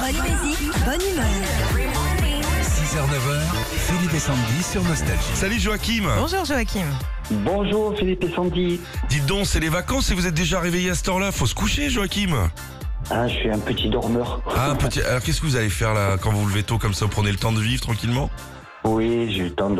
Bonne musique, bonne humeur. 6h-9h, Philippe et Sandy sur Nostalgie. Salut Joachim Bonjour Joachim. Bonjour Philippe et Sandy. Dites donc, c'est les vacances et vous êtes déjà réveillé à cette heure-là, faut se coucher Joachim Ah, je suis un petit dormeur. Ah un petit... Alors qu'est-ce que vous allez faire là quand vous vous levez tôt comme ça, vous prenez le temps de vivre tranquillement Oui, j'ai eu le temps de,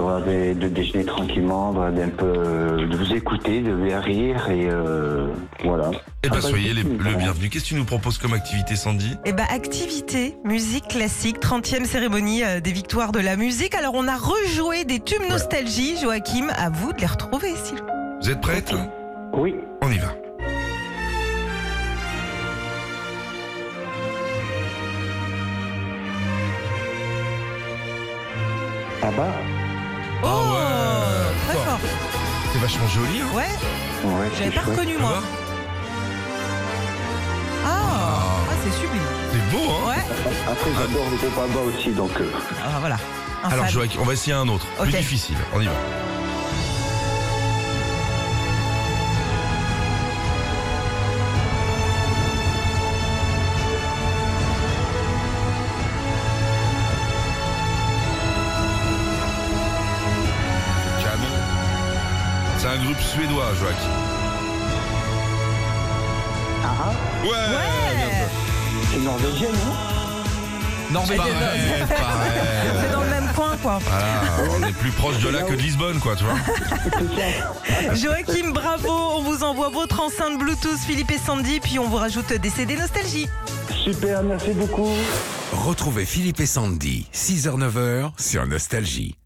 de- de déjeuner tranquillement, de- d'un peu euh, de vous écouter, de bien rire et euh, voilà. Eh ben Ah, bah, soyez si, les- si, le voilà. bienvenu. Qu'est-ce que tu nous proposes comme activité Sandy Eh ben, activité, musique classique, 30e cérémonie euh, des victoires de la musique. Alors, on a rejoué des tubes nostalgie. Joachim, à vous de les retrouver, s'il vous plaît. Vous êtes prête Oui, On y va. ah bah, Oh, Ah ouais. Très Fort. fort. C'est vachement joli hein Ouais, ouais, je c'est l'avais pas chouette. reconnu, Tu moi. vois Ah, ah c'est sublime. C'est beau hein Ouais, Après, j'adore le Baba aussi, donc euh, ah, voilà. Un Alors fan. Joachim, on va essayer un autre, Ok. plus difficile, on y va. Camille. C'est un groupe suédois, Joachim. ah, ah, Ouais, bien c'est norvégien, hein. non Norvégien. joué. Pareil. C'est dans le même coin, quoi. Voilà, on est plus proche de là que de Lisbonne, quoi, tu vois. Joachim, bravo. On vous envoie votre enceinte Bluetooth, Philippe et Sandy, puis on vous rajoute des CD nostalgie. Super, merci beaucoup. Retrouvez Philippe et Sandy, 6h-9h sur Nostalgie.